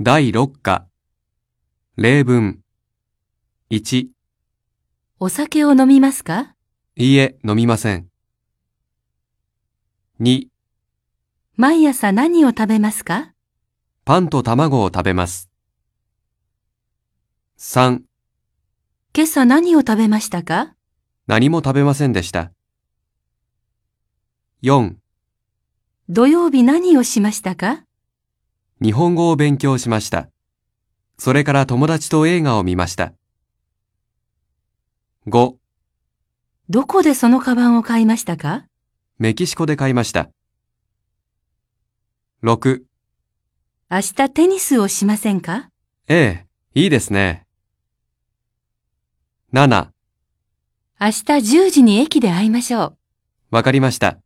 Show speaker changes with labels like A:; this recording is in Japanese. A: 第6課。例文。1、い
B: お酒を飲みますか
A: いえ、飲みません。2、
B: 毎朝何を食べますか
A: パンと卵を食べます。3、
B: 今朝何を食べましたか
A: 何も食べませんでした。4、
B: 土曜日何をしましたか
A: 日本語を勉強しました。それから友達と映画を見ました。5、
B: どこでそのカバンを買いましたか
A: メキシコで買いました。6、
B: 明日テニスをしませんか
A: ええ、いいですね。7、
B: 明日10時に駅で会いましょう。
A: わかりました。